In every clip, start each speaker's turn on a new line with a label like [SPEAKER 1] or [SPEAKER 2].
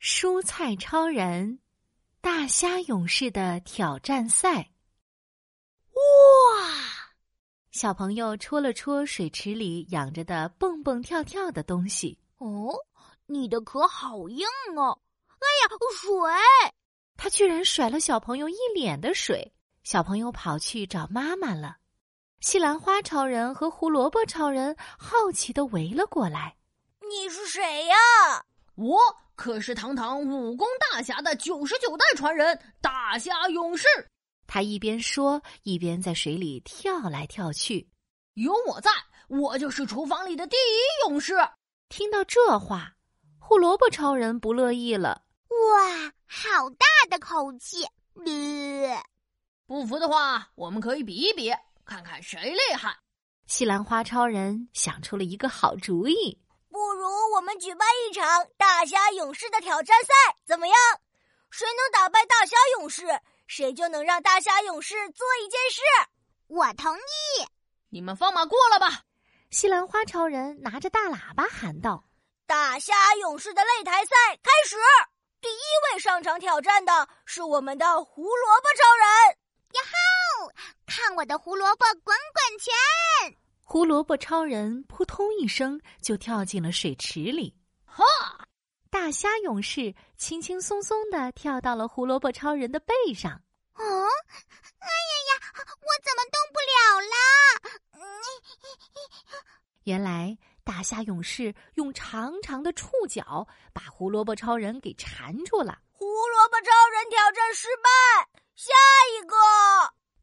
[SPEAKER 1] 蔬菜超人、大虾勇士的挑战赛。
[SPEAKER 2] 哇！
[SPEAKER 1] 小朋友戳了戳水池里养着的蹦蹦跳跳的东西，
[SPEAKER 2] 哦，你的壳好硬哦！哎呀，水！
[SPEAKER 1] 他居然甩了小朋友一脸的水。小朋友跑去找妈妈了。西兰花超人和胡萝卜超人好奇的围了过来。
[SPEAKER 2] 你是谁呀、
[SPEAKER 3] 我可是堂堂武功大侠的九十九代传人大侠勇士，
[SPEAKER 1] 他一边说，一边在水里跳来跳去。
[SPEAKER 3] 有我在，我就是厨房里的第一勇士。
[SPEAKER 1] 听到这话，胡萝卜超人不乐意了。
[SPEAKER 2] 哇，好大的口气！呃
[SPEAKER 3] 不服的话，我们可以比一比，看看谁厉害。
[SPEAKER 1] 西兰花超人想出了一个好主意。
[SPEAKER 2] 不如我们举办一场大虾勇士的挑战赛，怎么样？谁能打败大虾勇士，谁就能让大虾勇士做一件事。我同意。
[SPEAKER 3] 你们放马过来吧！
[SPEAKER 1] 西兰花超人拿着大喇叭喊道
[SPEAKER 2] 大虾勇士的擂台赛开始，第一位上场挑战的是我们的胡萝卜超人。呀吼！看我的胡萝卜滚滚拳！：“
[SPEAKER 1] 胡萝卜超人！”扑通一声就跳进了水池里。
[SPEAKER 3] 哈，
[SPEAKER 1] 大虾勇士轻轻松松的跳到了胡萝卜超人的背上。
[SPEAKER 2] 哦，哎呀呀，我怎么动不了啦？嗯，
[SPEAKER 1] 原来，大虾勇士用长长的触角把胡萝卜超人给缠住了。
[SPEAKER 2] 胡萝卜超人挑战失败，下一个。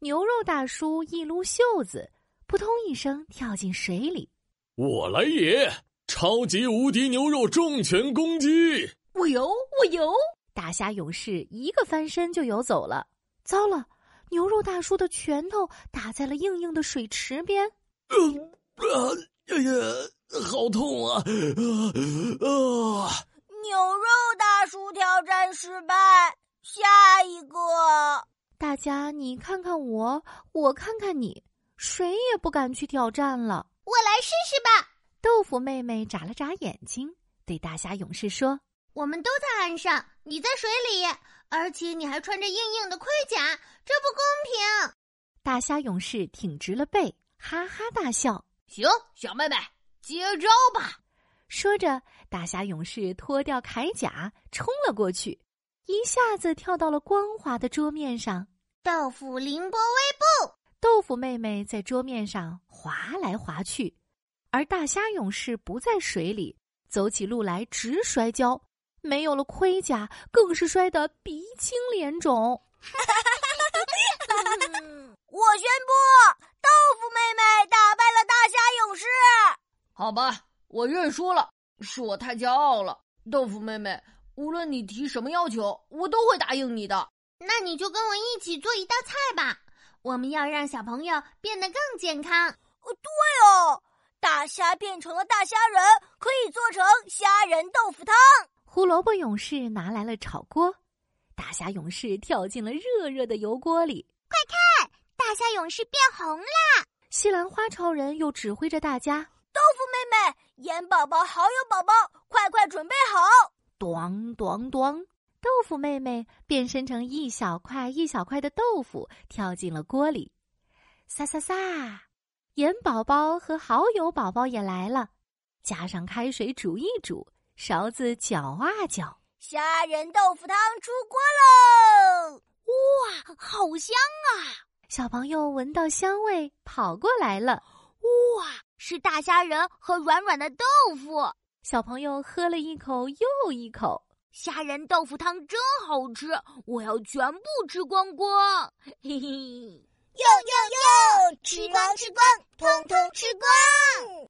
[SPEAKER 1] 牛肉大叔一撸袖子，扑通一声跳进水里。
[SPEAKER 4] 我来也！超级无敌牛肉重拳攻击！
[SPEAKER 3] 我游，我游！
[SPEAKER 1] 大虾勇士一个翻身就游走了。糟了，牛肉大叔的拳头打在了硬硬的水池边。
[SPEAKER 4] 啊，哎呀，好痛啊！啊啊！
[SPEAKER 2] 牛肉大叔挑战失败，下一个。
[SPEAKER 1] 大家你看看我，我看看你，谁也不敢去挑战了。
[SPEAKER 2] 我来试试吧。
[SPEAKER 1] 豆腐妹妹眨了眨眼睛，对大虾勇士说
[SPEAKER 2] 我们都在岸上，你在水里，而且你还穿着硬硬的盔甲，这不公平。：“
[SPEAKER 1] 大虾勇士挺直了背，哈哈大笑。
[SPEAKER 3] 行，小妹妹接招吧！”
[SPEAKER 1] 说着，大虾勇士脱掉铠甲，冲了过去，一下子跳到了光滑的桌面上。
[SPEAKER 2] 豆腐凌波微步，
[SPEAKER 1] 豆腐妹妹在桌面上滑来滑去，而大虾勇士不在水里，走起路来直摔跤，没有了盔甲，更是摔得鼻青脸肿。
[SPEAKER 2] 我宣布，豆腐妹妹打败了大虾勇士。
[SPEAKER 3] 好吧，我认输了，是我太骄傲了。豆腐妹妹，无论你提什么要求，我都会答应你的。
[SPEAKER 2] 那你就跟我一起做一道菜吧，我们要让小朋友变得更健康。对哦，大虾变成了大虾仁，可以做成虾仁豆腐汤。
[SPEAKER 1] 胡萝卜勇士拿来了炒锅，大虾勇士跳进了热热的油锅里。
[SPEAKER 2] 大虾勇士变红了，
[SPEAKER 1] 西兰花超人又指挥着大家，
[SPEAKER 2] 妹妹，盐宝宝、蚝油宝宝，快快准备好！
[SPEAKER 1] 咚咚咚，豆腐妹妹变身成一小块一小块的豆腐，跳进了锅里。撒撒撒，盐宝宝和蚝油宝宝也来了，加上开水煮一煮，勺子搅啊搅。
[SPEAKER 2] 虾仁豆腐汤出锅喽！哇，好香啊！
[SPEAKER 1] 小朋友闻到香味跑过来了，
[SPEAKER 2] 哇，是大虾仁和软软的豆腐，
[SPEAKER 1] 小朋友喝了一口又一口。
[SPEAKER 2] 虾仁豆腐汤真好吃，我要全部吃光光！嘿嘿，哟哟哟，吃光吃光，通通吃光！